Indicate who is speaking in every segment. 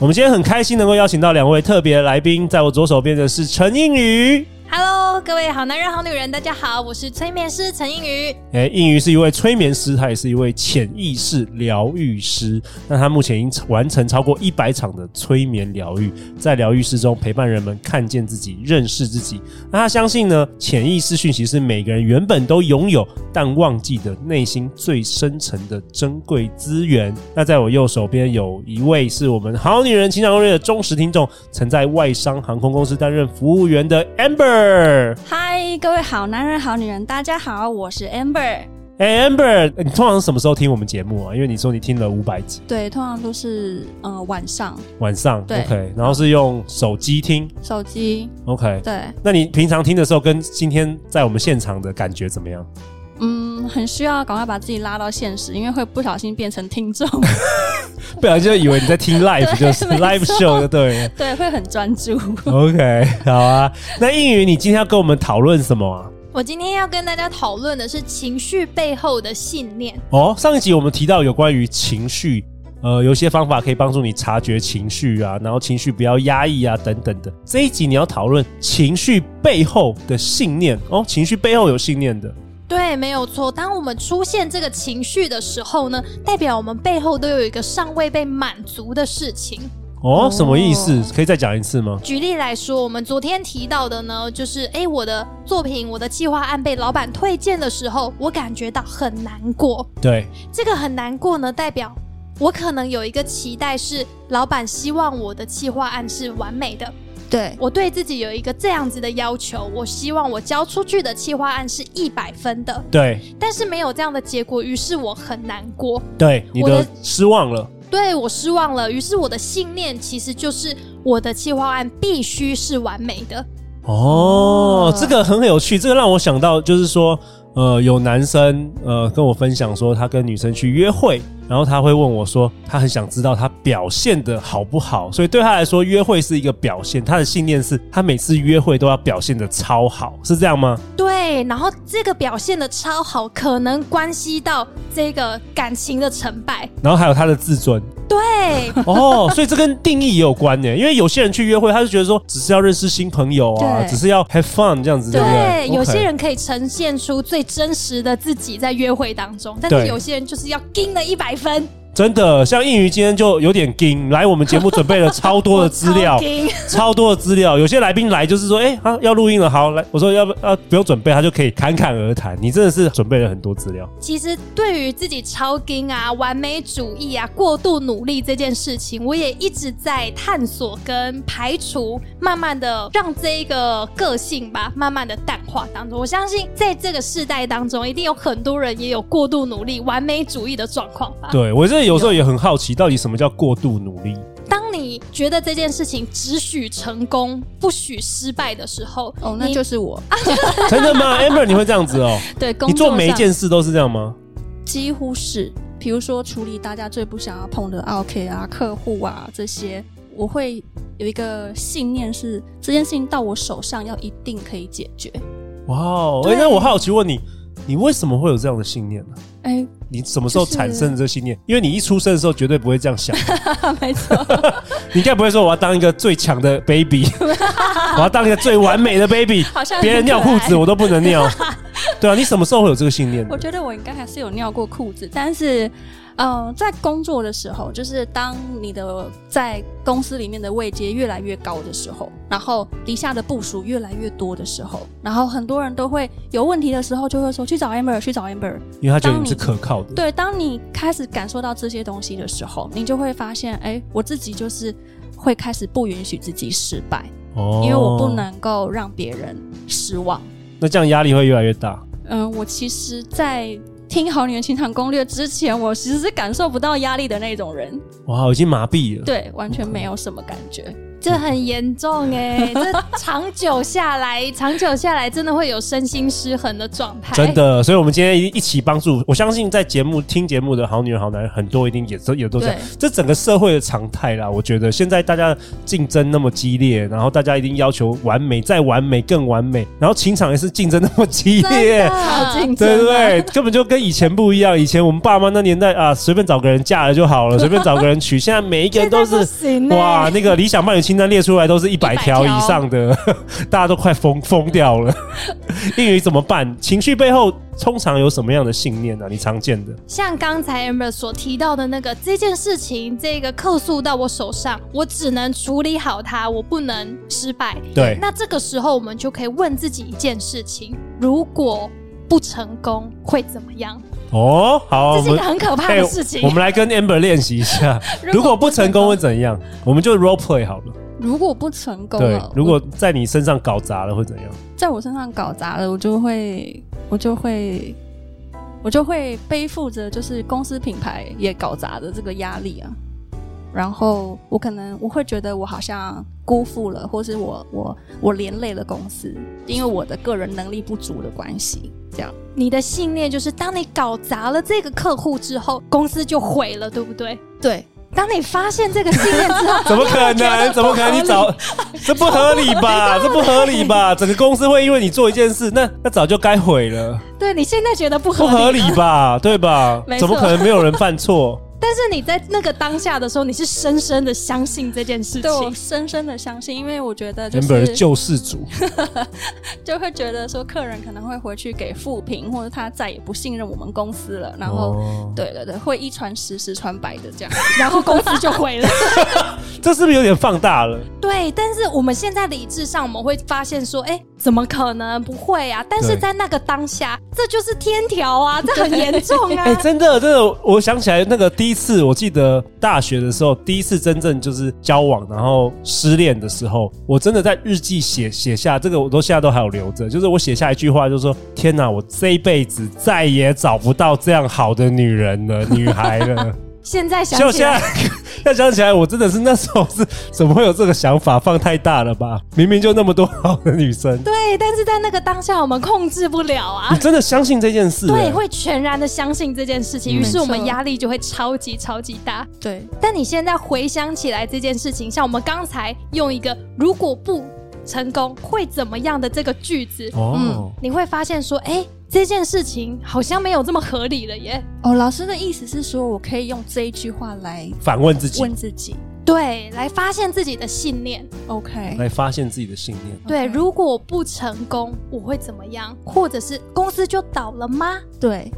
Speaker 1: 我们今天很开心能够邀请到两位特别来宾，在我左手边的是陈映瑜。
Speaker 2: Hello，各位好男人、好女人，大家好，我是催眠师陈映瑜。
Speaker 1: 诶，映瑜是一位催眠师，他也是一位潜意识疗愈师。那他目前已经完成超过一百场的催眠疗愈，在疗愈师中陪伴人们看见自己、认识自己。那他相信呢，潜意识讯息是每个人原本都拥有，但忘记的内心最深层的珍贵资源。那在我右手边有一位是我们好女人情感攻略的忠实听众，曾在外商航空公司担任服务员的 Amber。
Speaker 3: 嗨，各位好男人、好女人，大家好，我是 Amber。
Speaker 1: 哎、a m b e r 你通常什么时候听我们节目啊？因为你说你听了五百集，
Speaker 3: 对，通常都是呃晚上
Speaker 1: 晚上
Speaker 3: 对
Speaker 1: OK，然后是用手机听
Speaker 3: 手机，
Speaker 1: OK。
Speaker 3: 对，
Speaker 1: 那你平常听的时候跟今天在我们现场的感觉怎么样？
Speaker 3: 嗯，很需要赶快把自己拉到现实，因为会不小心变成听 众，
Speaker 1: 不然就以为你在听 live，就是 live show 就对了。
Speaker 3: 对，会很专注。
Speaker 1: OK，好 啊。那应宇，你今天要跟我们讨论什么啊？
Speaker 2: 我今天要跟大家讨论的是情绪背后的信念。
Speaker 1: 哦，上一集我们提到有关于情绪，呃，有一些方法可以帮助你察觉情绪啊，然后情绪不要压抑啊，等等的。这一集你要讨论情绪背后的信念哦，情绪背后有信念的，
Speaker 2: 对，没有错。当我们出现这个情绪的时候呢，代表我们背后都有一个尚未被满足的事情。
Speaker 1: 哦，
Speaker 3: 哦
Speaker 1: 什么意思？可以再讲一次吗？
Speaker 2: 举例来说，我们昨天提到的呢，就是诶，我的作品、我的计划案被老板推荐的时候，我感觉到很难过。
Speaker 1: 对，
Speaker 2: 这个很难过呢，代表我可能有一个期待是，老板希望我的企划案是完美的，
Speaker 3: 对，
Speaker 2: 我对自己有一个这样子的要求，我希望我交出去的企划案是一百分的，
Speaker 1: 对，
Speaker 2: 但是没有这样的结果，于是我很难过，
Speaker 1: 对，你
Speaker 2: 我
Speaker 1: 的
Speaker 2: 的
Speaker 1: 失望了，
Speaker 2: 对我失望了，于是我的信念其实就是我的企划案必须是完美的，
Speaker 1: 哦，
Speaker 2: 嗯
Speaker 1: 这个很有趣，这个让我想到就是说，呃，有男生呃跟我分享说，他跟女生去约会，然后他会问我说，他很想知道他表现的好不好，所以对他来说，约会是一个表现，他的信念是他每次约会都要表现的超好，是这样 吗？
Speaker 2: 对，然后这个表现的超好，可能关系到这个感情的成 败，
Speaker 1: 然后还有他的自尊。
Speaker 2: 对。
Speaker 1: 哦，所以这跟定义也有关呢，因为有些人去约会，他就觉得说只是要认识新朋友啊，
Speaker 3: 对
Speaker 1: 只是要 have fun 这样子，对不对？
Speaker 2: 有
Speaker 1: OK
Speaker 2: 些人可以呈现出最真实的自己在约会当中，但是
Speaker 1: 对
Speaker 2: 有些人就是要盯了一百分，
Speaker 1: 真的，像应瑜今天就有点惊，来我们节目准备了超多的资 料
Speaker 2: 超，盯
Speaker 1: 超多的资料。有些来宾来就是说，哎、啊，要录音了，好来，我说要不要不用准备，他就可以侃侃而谈。你真的是准备了很多资料，
Speaker 2: 其实对于自己超盯啊、完美主义啊、过度努力这件事情，我也一直在探索跟排除，慢慢的让这一个个性吧，慢慢的淡化当中。我相信在这个世代当中，一定有很多人也有过度努力、完美主义的状况吧。
Speaker 1: 对我这有时候也很好奇，到底什么叫过度努 力？
Speaker 2: 当你觉得这件事情只许成功不许失败的时候，
Speaker 3: 哦，那
Speaker 2: 你
Speaker 3: 就是我，
Speaker 1: 真的吗？amber，你会这样子哦、
Speaker 3: 对， 工
Speaker 1: 你做
Speaker 3: 作上
Speaker 1: 每一件事都是这样吗？
Speaker 3: 几乎是，比如说处理大家最不想要碰的 OK 啊、客户啊这些，我会有一个信念是，这件事情到我手上要一定可以解决。
Speaker 1: 哇哦，哎、
Speaker 3: 对
Speaker 1: 那我好奇问你，你为什么会有这样的信念呢、
Speaker 3: 哎，
Speaker 1: 你什么时候
Speaker 3: 就是
Speaker 1: 产生的这个信念？因为你一出生的时候绝对不会这样想。
Speaker 3: 啊没 错，
Speaker 1: 你该不会说我要当一个最强的 baby，我要当一个最完美的 baby，
Speaker 3: 好像很
Speaker 1: 别人尿裤
Speaker 3: 可
Speaker 1: 子
Speaker 3: 爱
Speaker 1: 我都不能尿。 对啊，你什么时候会有这个信念？
Speaker 3: 我觉得我应该还是有尿过裤子，但是，呃，在工作的时候，就是当你的在公司里面的位阶越来越高的时候，然后底下的部署越来越多的时候，然后很多人都会有问题的时候，就会说去找 Amber，去找 Amber。
Speaker 1: 因为他觉得你是可靠的。
Speaker 3: 对，当你开始感受到这些东西的时候，你就会发现，哎，我自己就是会开始不允许自己失败，
Speaker 1: 哦
Speaker 3: 因为我不。能够让别人失望。
Speaker 1: 那这样压力会越来越大。
Speaker 3: 嗯，我其实，在听好你的情场攻略之前，我其实是感受不到压力的那 种人，
Speaker 1: 哇，我已经麻痹了。
Speaker 3: 对，完全没有什么感觉。
Speaker 2: 这很严重 哎、这长久下来，长久下来真的会有身心失衡的状态。
Speaker 1: 真，的，所以我们今天一起帮助，我相信在节目听节目的好女人、好男人很多，一定也都也都这样
Speaker 3: 对。
Speaker 1: 这整个社会的常态啦，我觉得现在大家竞争那么激烈，然后大家一定要求完美、再完美、更完美，然后情场也是竞争那么激烈。
Speaker 3: 好
Speaker 2: 嗯
Speaker 3: 竞
Speaker 1: 对
Speaker 3: 争
Speaker 1: 对
Speaker 3: 啊，
Speaker 1: 对，根本就跟以前不一样。以前我们爸妈那年代啊，随便找个人嫁了就好了，随便找个人娶。现在每一个人都是
Speaker 2: 行
Speaker 1: 哇，那个理想伴侣清单列出来都是一百条以上的，大家都快疯疯掉 了。英语怎么办？情绪背后通常有什么样的信念呢、你常见的
Speaker 2: 像刚才 Amber 所提到的那个这件事情，这个客诉到我手上，我只能处理好它，我不能失败。
Speaker 1: 对
Speaker 2: 那这个时候我们就可以问自己一件事情：如果不成功会怎么样？
Speaker 1: 哦，好，
Speaker 2: 这
Speaker 1: 我
Speaker 2: 是一
Speaker 1: 们
Speaker 2: 个。很可怕
Speaker 1: 哎
Speaker 2: 的事情。
Speaker 1: 我们来跟 Amber 练习一下， 如果不成功会怎样？我们就 role play 好了。
Speaker 3: 如果不成功
Speaker 1: 对
Speaker 3: 了，，
Speaker 1: 如果在你身上搞砸了会怎样？
Speaker 3: 在我身上搞砸了，我就会，我就会，我就会背负着就是公司品牌也搞砸的这个压力啊。然后我可能我会觉得我好像辜负了，或是我我我连累了公司，因为我的个人能力不足的关系，这样
Speaker 2: 你的信念就是，当你搞砸了这个客户之后，公司就毁了，对不对？
Speaker 3: 对。
Speaker 2: 当你发现这个信念之后，
Speaker 1: 怎么可能？怎么可能？你找这不合理吧？这不合理吧？整个公司会因为你做一件事，那那早就该毁了。
Speaker 2: 对你现在觉得不合
Speaker 1: 不
Speaker 2: 理，
Speaker 1: 合理吧？对吧
Speaker 2: 没？错
Speaker 1: 怎么可能没有人犯错？
Speaker 2: 但是你在那个当下的时候，你是深深的相信这件事
Speaker 3: 对我
Speaker 2: 情。
Speaker 3: 深深的相信，因为我觉得就
Speaker 1: Amber
Speaker 3: 是
Speaker 1: 是救世主，
Speaker 3: 就会觉得说，客人可能会回去给负评，或者他再也不信任我们公司了，然后、
Speaker 1: 哦
Speaker 3: 对对对，会一传十，十传百的这 样。
Speaker 2: 然后公司就毁了。
Speaker 1: 这是不是有点放大了？
Speaker 2: 对，但是我们现在理智上我们会发现说，哎，怎么可能不会啊？但是
Speaker 1: 对
Speaker 2: 在那个当下，这就是天条 啊，这很严重啊
Speaker 1: 哎、。真的，真的，我想起来那个第一次，我记得大学的时候，第一次真正就是交往，然后失恋的时候，我真的在日记写写下这个，我都现在都还有留着，就是我写下一句话，就是说：天哪，我这一辈子再也找不到这样好的女人了，女孩了。
Speaker 2: 现在想
Speaker 1: 就
Speaker 2: 起
Speaker 1: 现在
Speaker 2: 来，
Speaker 1: 要想起来，我真的是那时候是怎么会有这个想法？放太大了吧？明明就那么多好的女生，
Speaker 2: 对，但是在那个当下我们控制不了啊
Speaker 1: 你。真的相信这件事、
Speaker 2: 对，
Speaker 1: 欸
Speaker 2: 会全然的相信这件事情，于
Speaker 3: 没
Speaker 2: 是我们
Speaker 3: 错
Speaker 2: 压力就会超级超级大。
Speaker 3: 对，
Speaker 2: 但你现在回想起来这件事情，像我们刚才用一个“如果不成功会怎么样的”这个句子，
Speaker 1: 哦
Speaker 3: 嗯，
Speaker 2: 你会发现说，哎，这件事情好像没有这么合理了耶。
Speaker 3: 哦，老师的意思是说我可以用这一句话来
Speaker 1: 反问自己，
Speaker 3: 问自己。
Speaker 2: 对，来发现自己的信念。
Speaker 3: OK，
Speaker 1: 来发现自己的信念。
Speaker 2: 对，
Speaker 3: OK
Speaker 2: 如果不成功，我会怎么样？或者是公司就倒了吗？
Speaker 3: 对。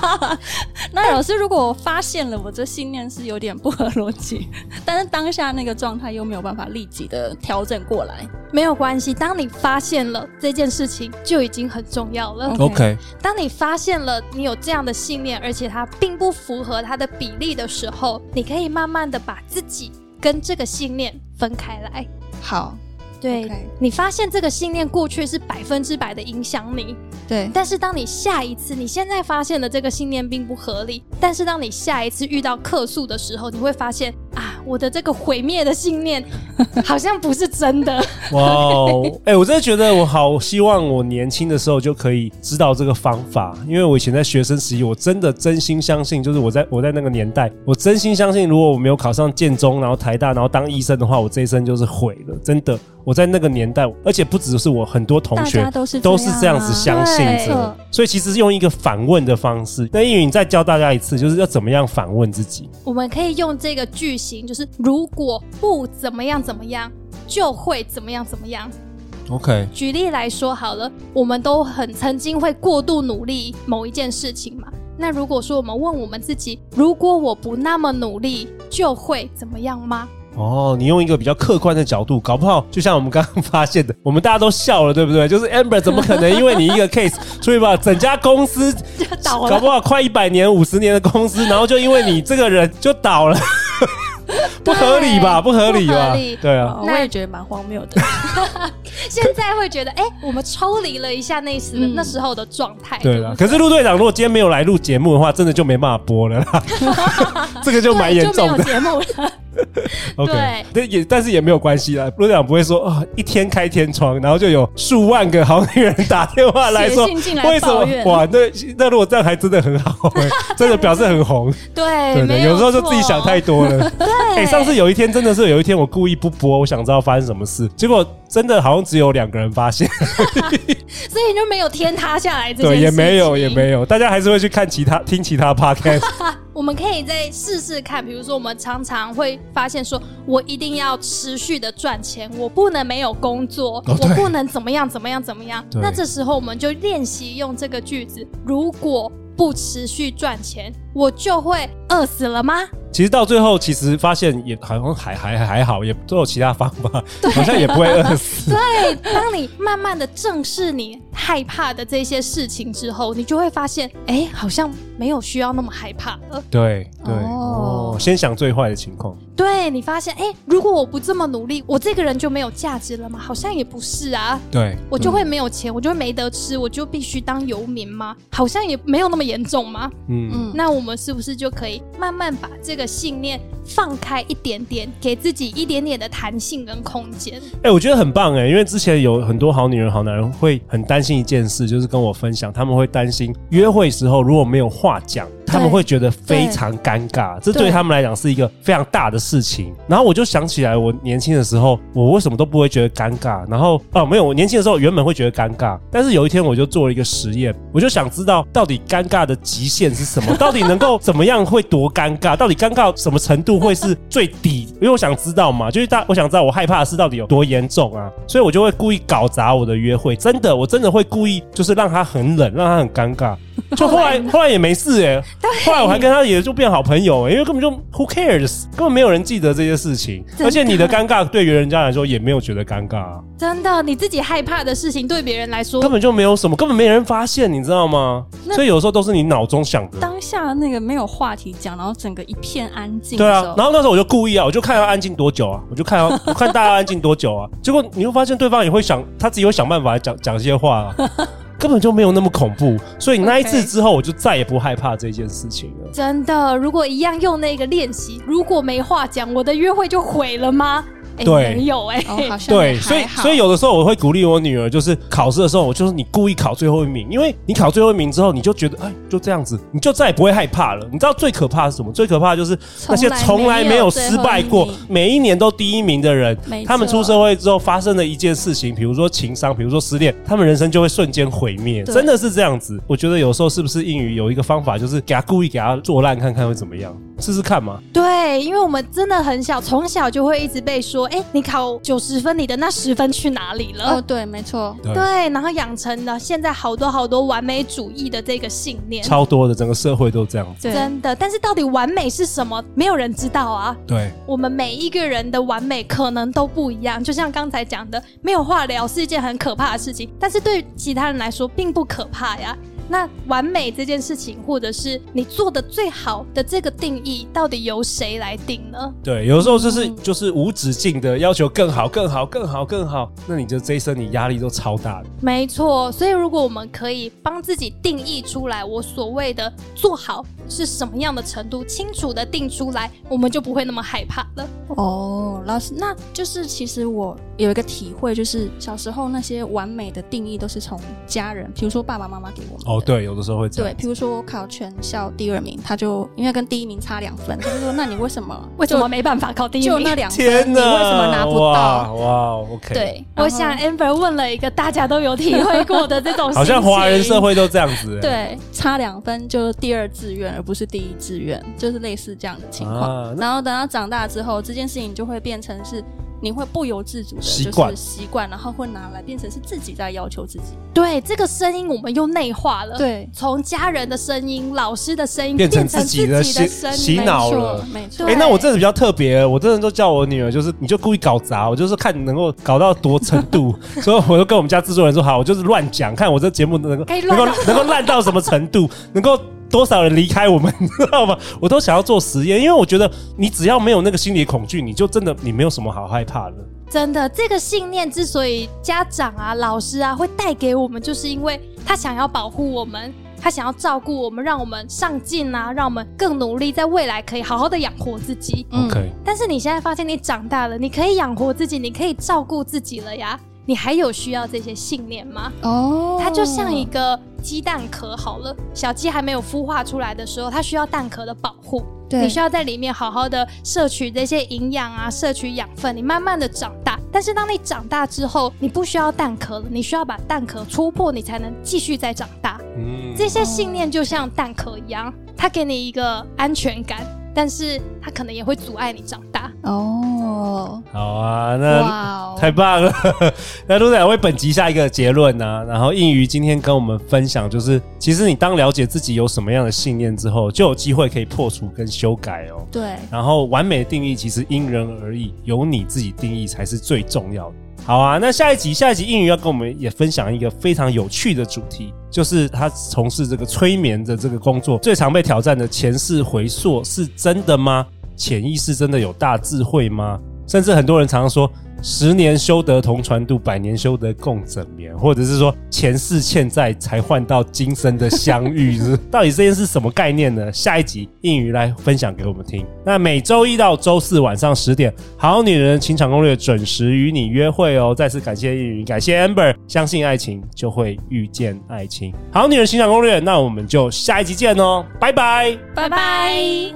Speaker 3: 那老师，如果我发现了我这信念是有点不合逻辑，但是当下那个状态又没有办法立即的调整过来。
Speaker 2: 没有关系，当你发现了这件事情，就已经很重要了。
Speaker 3: OK
Speaker 2: 当你发现了你有这样的信念，而且它并不符合它的比例的时候，你可以慢慢的把自己跟这个信念分开来。
Speaker 3: 好，
Speaker 2: 对
Speaker 3: OK
Speaker 2: 你发现这个信念过去是百分之百的影响你，
Speaker 3: 对
Speaker 2: 但是当你下一次，你现在发现了这个信念并不合理，但是当你下一次遇到客诉的时候，你会发现啊，我的这个毁灭的信念 好像不是真的。
Speaker 1: 哇哦，哎、我真的觉得我好希望我年轻的时候就可以知道这个方法，因为我以前在学生时期，我真的真心相信，就是我在我在那个年代，我真心相信，如果我没有考上建中，然后台大，然后当医生的话，我这一生就是毁了，真的。我在那个年代，而且不只是我，很多同学
Speaker 3: 大家都是啊
Speaker 1: 都是这样子相信
Speaker 2: 对没
Speaker 1: 着
Speaker 2: 错，
Speaker 1: 所以其实用一个反问的方式。那英语你再教大家一次，就是要怎么样反问自己。
Speaker 2: 我们可以用这个句型，就是如果不怎么样怎么样，就会怎么样怎么样。
Speaker 1: OK，
Speaker 2: 举例来说好了，我们都很曾经会过度努力某一件事情嘛。那如果说我们问我们自己，如果我不那么努力，就会怎么样 吗？
Speaker 1: 哦，你用一个比较客观的角度，搞不好就像我们刚刚发现的，我们大家都笑了，对不对？ 就是 Amber 怎么可能因为你一个 case，所以把整家公司
Speaker 2: 倒
Speaker 1: 搞不好快一百年、五十年的公司，然后就因为你这个人就倒了。不合理吧？不合理
Speaker 2: 不
Speaker 1: 吧
Speaker 2: 合理？
Speaker 1: 对啊，
Speaker 3: 哦
Speaker 2: 那
Speaker 3: 我也觉得蛮荒谬的。
Speaker 2: 现在会觉得，哎、我们抽离了一下那时、
Speaker 3: 嗯
Speaker 2: 那时候的状态。
Speaker 1: 对
Speaker 2: 吧
Speaker 1: 了。可是陆队长如果今天没有来录节目的话，真的就没办法播了 啦，这个就蛮严重的
Speaker 2: 对。就没有节 目了。
Speaker 1: OK，但也但是也没有关系啦。陆队长不会说啊、一天开天窗，然后就有数万个好女人打电话来说，
Speaker 3: 写信进来
Speaker 1: 为什么
Speaker 3: 抱怨
Speaker 1: 哇？那那如果这样还真的很好、欸，真的表示很红。欸
Speaker 2: 对，
Speaker 1: 对
Speaker 2: 哎没
Speaker 1: 对，有时候就自己
Speaker 2: 错
Speaker 1: 想太多了。
Speaker 2: 对
Speaker 1: 哎、上次有一天真的是有一天我故意不播，我想知道发生什么事，结果真的好像只有两个人发现，
Speaker 2: 所以你就没有天塌下来这件 事
Speaker 1: 对，
Speaker 2: 情。
Speaker 1: 也没有也没有，大家还是会去看其他听其他 podcast，
Speaker 2: 我们可以再试试看，比如说我们常常会发现说，我一定要持续的赚钱，我不能没有工作，
Speaker 1: 哦
Speaker 2: 我
Speaker 1: 对
Speaker 2: 不能怎么样怎么样怎么样。
Speaker 1: 对
Speaker 2: 那这时候我们就练习用这个句子：如果不持续赚钱，我就会饿死了吗？
Speaker 1: 其实到最后其实发现也好像还还还好，也都有其他方法，好像也不会饿死。
Speaker 2: 对，当你慢慢的正视你害怕的这些事情之后，你就会发现，哎，好像没有需要那么害怕了。
Speaker 1: 对对
Speaker 2: 哦
Speaker 1: 哦，先想最坏的情况。
Speaker 2: 对你发现，哎，如果我不这么努力，我这个人就没有价值了吗？好像也不是啊。
Speaker 1: 对，
Speaker 3: 嗯
Speaker 2: 我就会没有钱，我就会没得吃，我就必须当游民吗？好像也没有那么严重吗？
Speaker 1: 嗯，
Speaker 3: 嗯，
Speaker 2: 那我们是不是就可以慢慢把这个信念放开一点点，给自己一点点的弹性跟空间？
Speaker 1: 哎、我觉得很棒哎、因为之前有很多好女人、好男人会很担心一件事，就是跟我分享，他们会担心约会时候如果没有话讲，他们会觉得非常尴尬，这对他们来讲是一个非常大的事情。然后我就想起来，我年轻的时候，我为什么都不会觉得尴尬？然后哦、没有，我年轻的时候原本会觉得尴尬，但是有一天我就做了一个实验，我就想知道到底尴尬的极限是什么，到底能够怎么样会多尴尬，到底尴尬到什么程度会是最低？因为我想知道嘛，就是大我想知道我害怕的事到底有多严重啊，所以我就会故意搞砸我的约会，真的，我真的会故意就是让他很冷，让他很尴尬。就后来后来也没事哎、后来我还跟他也就变好朋友、欸，因为根本就 who cares，根本没有人记得这些事情，
Speaker 2: 真的
Speaker 1: 而且你的尴尬对于人家来说也没有觉得尴尬、啊，
Speaker 2: 真的，你自己害怕的事情对别人来说
Speaker 1: 根本就没有什么，根本没人发现，你知道吗？
Speaker 3: 哦那
Speaker 1: 所以有时候都是你脑中想的。
Speaker 3: 当下那个没有话题讲，然后整个一片安静
Speaker 1: 对
Speaker 3: 的
Speaker 1: 啊
Speaker 3: 时，候，
Speaker 1: 然后那时候我就故意啊，我就看要安静多久啊，我就看 要我看大家安静多久啊，结果你会发现对方也会想，他自己会想办法讲讲一些 话、啊，根本就没有那么恐怖。所以那一次
Speaker 3: OK
Speaker 1: 之后，我就再也不害怕这件事情了。
Speaker 2: 真的，如果一样用那个练习，如果没话讲，我的约会就毁了吗？哎，
Speaker 1: 对
Speaker 2: 没有哎、
Speaker 3: 哦，好像
Speaker 1: 对，
Speaker 3: 也还
Speaker 1: 所以
Speaker 3: 好
Speaker 1: 所以有的时候我会鼓励我女儿，就是考试的时候，我就是你故意考最后一名，因为你考最后一名之后，你就觉得哎，就这样子，你就再也不会害怕了。你知道最可怕的是什么？最可怕的就是那些从来没有失败过
Speaker 3: 从来没有最后一名、
Speaker 1: 每一年都第一名的人
Speaker 3: 没，错
Speaker 1: 他们出社会之后发生了一件事情，比如说情伤，比如说失恋，他们人生就会瞬间毁灭，
Speaker 3: 对
Speaker 1: 真的是这样子。我觉得有时候是不是英语有一个方法，就是给他故意给他做烂，看看会怎么样，试试看嘛。
Speaker 2: 对，因为我们真的很小，从小就会一直被说，哎，你考九十分，你的那十分去哪里了？
Speaker 3: 哦，对，没错，
Speaker 2: 对，然后养成了现在好多好多完美主义的这个信念，
Speaker 1: 超多的，整个社会都这样子。
Speaker 3: 对，
Speaker 2: 真的。但是到底完美是什么，没有人知道啊。
Speaker 1: 对。
Speaker 2: 我们每一个人的完美可能都不一样，就像刚才讲的，没有话聊是一件很可怕的事情，但是对其他人来说并不可怕呀。那完美这件事情，或者是你做的最好的这个定义，到底由谁来定呢？
Speaker 1: 对，有的时候就是、
Speaker 3: 嗯
Speaker 1: 就是无止境的要求更好、更好、更好、更好，那你就这一生你压力都超大的。
Speaker 2: 没错，所以如果我们可以帮自己定义出来，我所谓的做好是什么样的程度，清楚的定出来，我们就不会那么害怕了。
Speaker 3: 哦，老师，那就是其实我有一个体会，就是小时候那些完美的定义都是从家人，比如说爸爸妈妈给我们的
Speaker 1: 哦，对，有的时候会这
Speaker 3: 对，
Speaker 1: 样。
Speaker 3: 比如说我考全校第二名，他就因为跟第一名差两分，他就说：“那你为什么
Speaker 2: 为什么没办法考第一
Speaker 3: 就
Speaker 2: 名
Speaker 3: 那？两分，你为什么拿不
Speaker 1: 哇
Speaker 3: 到
Speaker 1: 哇，OK，，
Speaker 3: 对，
Speaker 2: 我想 Amber 问了一个大家都有体会过的这 种心情，
Speaker 1: 嗯好像华人社会都这样子、欸。
Speaker 3: 对，差两分就是第二志愿，而不是第一志愿，就是类似这样的情况。
Speaker 1: 啊那
Speaker 3: 然后等到长大之后，这件事情就会变成是你会不由自主的
Speaker 1: 习惯
Speaker 3: 就是习惯，然后会拿来变成是自己在要求自己。
Speaker 2: 对这个声音我们又内化了，，
Speaker 3: 对，
Speaker 2: 从家人的声音、老师的声音
Speaker 1: 变成
Speaker 2: 自
Speaker 1: 自己的
Speaker 2: 己的
Speaker 1: 洗
Speaker 2: 声
Speaker 1: 洗
Speaker 2: 音。
Speaker 1: 脑了。
Speaker 3: 没错，
Speaker 1: 哎、
Speaker 3: 没错
Speaker 1: 那我真的比较特别，我真的都叫我女儿，就是你就故意搞砸，我就是看你能够搞到多程度，所以我就跟我们家制作人说，好，我就是乱讲，看我这节目能够
Speaker 2: 可以
Speaker 1: 能
Speaker 2: 乱
Speaker 1: 够
Speaker 2: 到
Speaker 1: 能够烂到什么程度，能够多少人离开我们，你 知道吗？我都想要做实验，因为我觉得你只要没有那个心理恐惧，你就真的你没有什么好害怕的。
Speaker 2: 真的，这个信念之所以家长啊、老师啊会带给我们，就是因为他想要保护我们，他想要照顾我们，让我们上进啊，让我们更努力，在未来可以好好的养活自己。
Speaker 3: 嗯
Speaker 1: OK，
Speaker 2: 但是你现在发现你长大了，你可以养活自己，你可以照顾自己了呀，你还有需要这些信念吗？
Speaker 3: 哦
Speaker 2: 它就像一个鸡蛋壳好了，小鸡还没有孵化出来的时候，它需要蛋壳的保护。
Speaker 3: 对
Speaker 2: 你需要在里面好好的摄取这些营养啊，摄取养分，你慢慢的长大。但是当你长大之后，你不需要蛋壳了，你需要把蛋壳戳破，你才能继续再长大。
Speaker 1: 嗯，
Speaker 2: 这些信念就像蛋壳一样，它给你一个安全感，但是它可能也会阻碍你长大。
Speaker 3: 哦，
Speaker 1: 好啊，那。
Speaker 3: 哇哦，
Speaker 1: 太棒了！ 那陆仔为本集下一个结论呢、然后应于今天跟我们分享，就是其实你当了解自己有什么样的信念之后，就有机会可以破除跟修改哦。
Speaker 3: 对，
Speaker 1: 然后完美的定义其实因人而异，由你自己定义才是最重要的。好啊，那下一集下一集英语要跟我们也分享一个非常有趣的主题，就是他从事这个催眠的这个工作最常被挑战的前世回溯是真的吗？潜意识真的有大智慧吗？甚至很多人常常说“十年修得同船渡，百年修得共枕眠”，或者是说前世欠债才换到今生的相遇，是到底这件事什么概念呢？下一集应宇来分享给我们听。那每周一到周四晚上十点，《好女人的情场攻略》准时与你约会哦。再次感谢应宇，感谢 Amber，相信爱情就会遇见爱情。《好女人情场攻略》，那我们就下一集见哦，拜拜。
Speaker 3: 拜拜。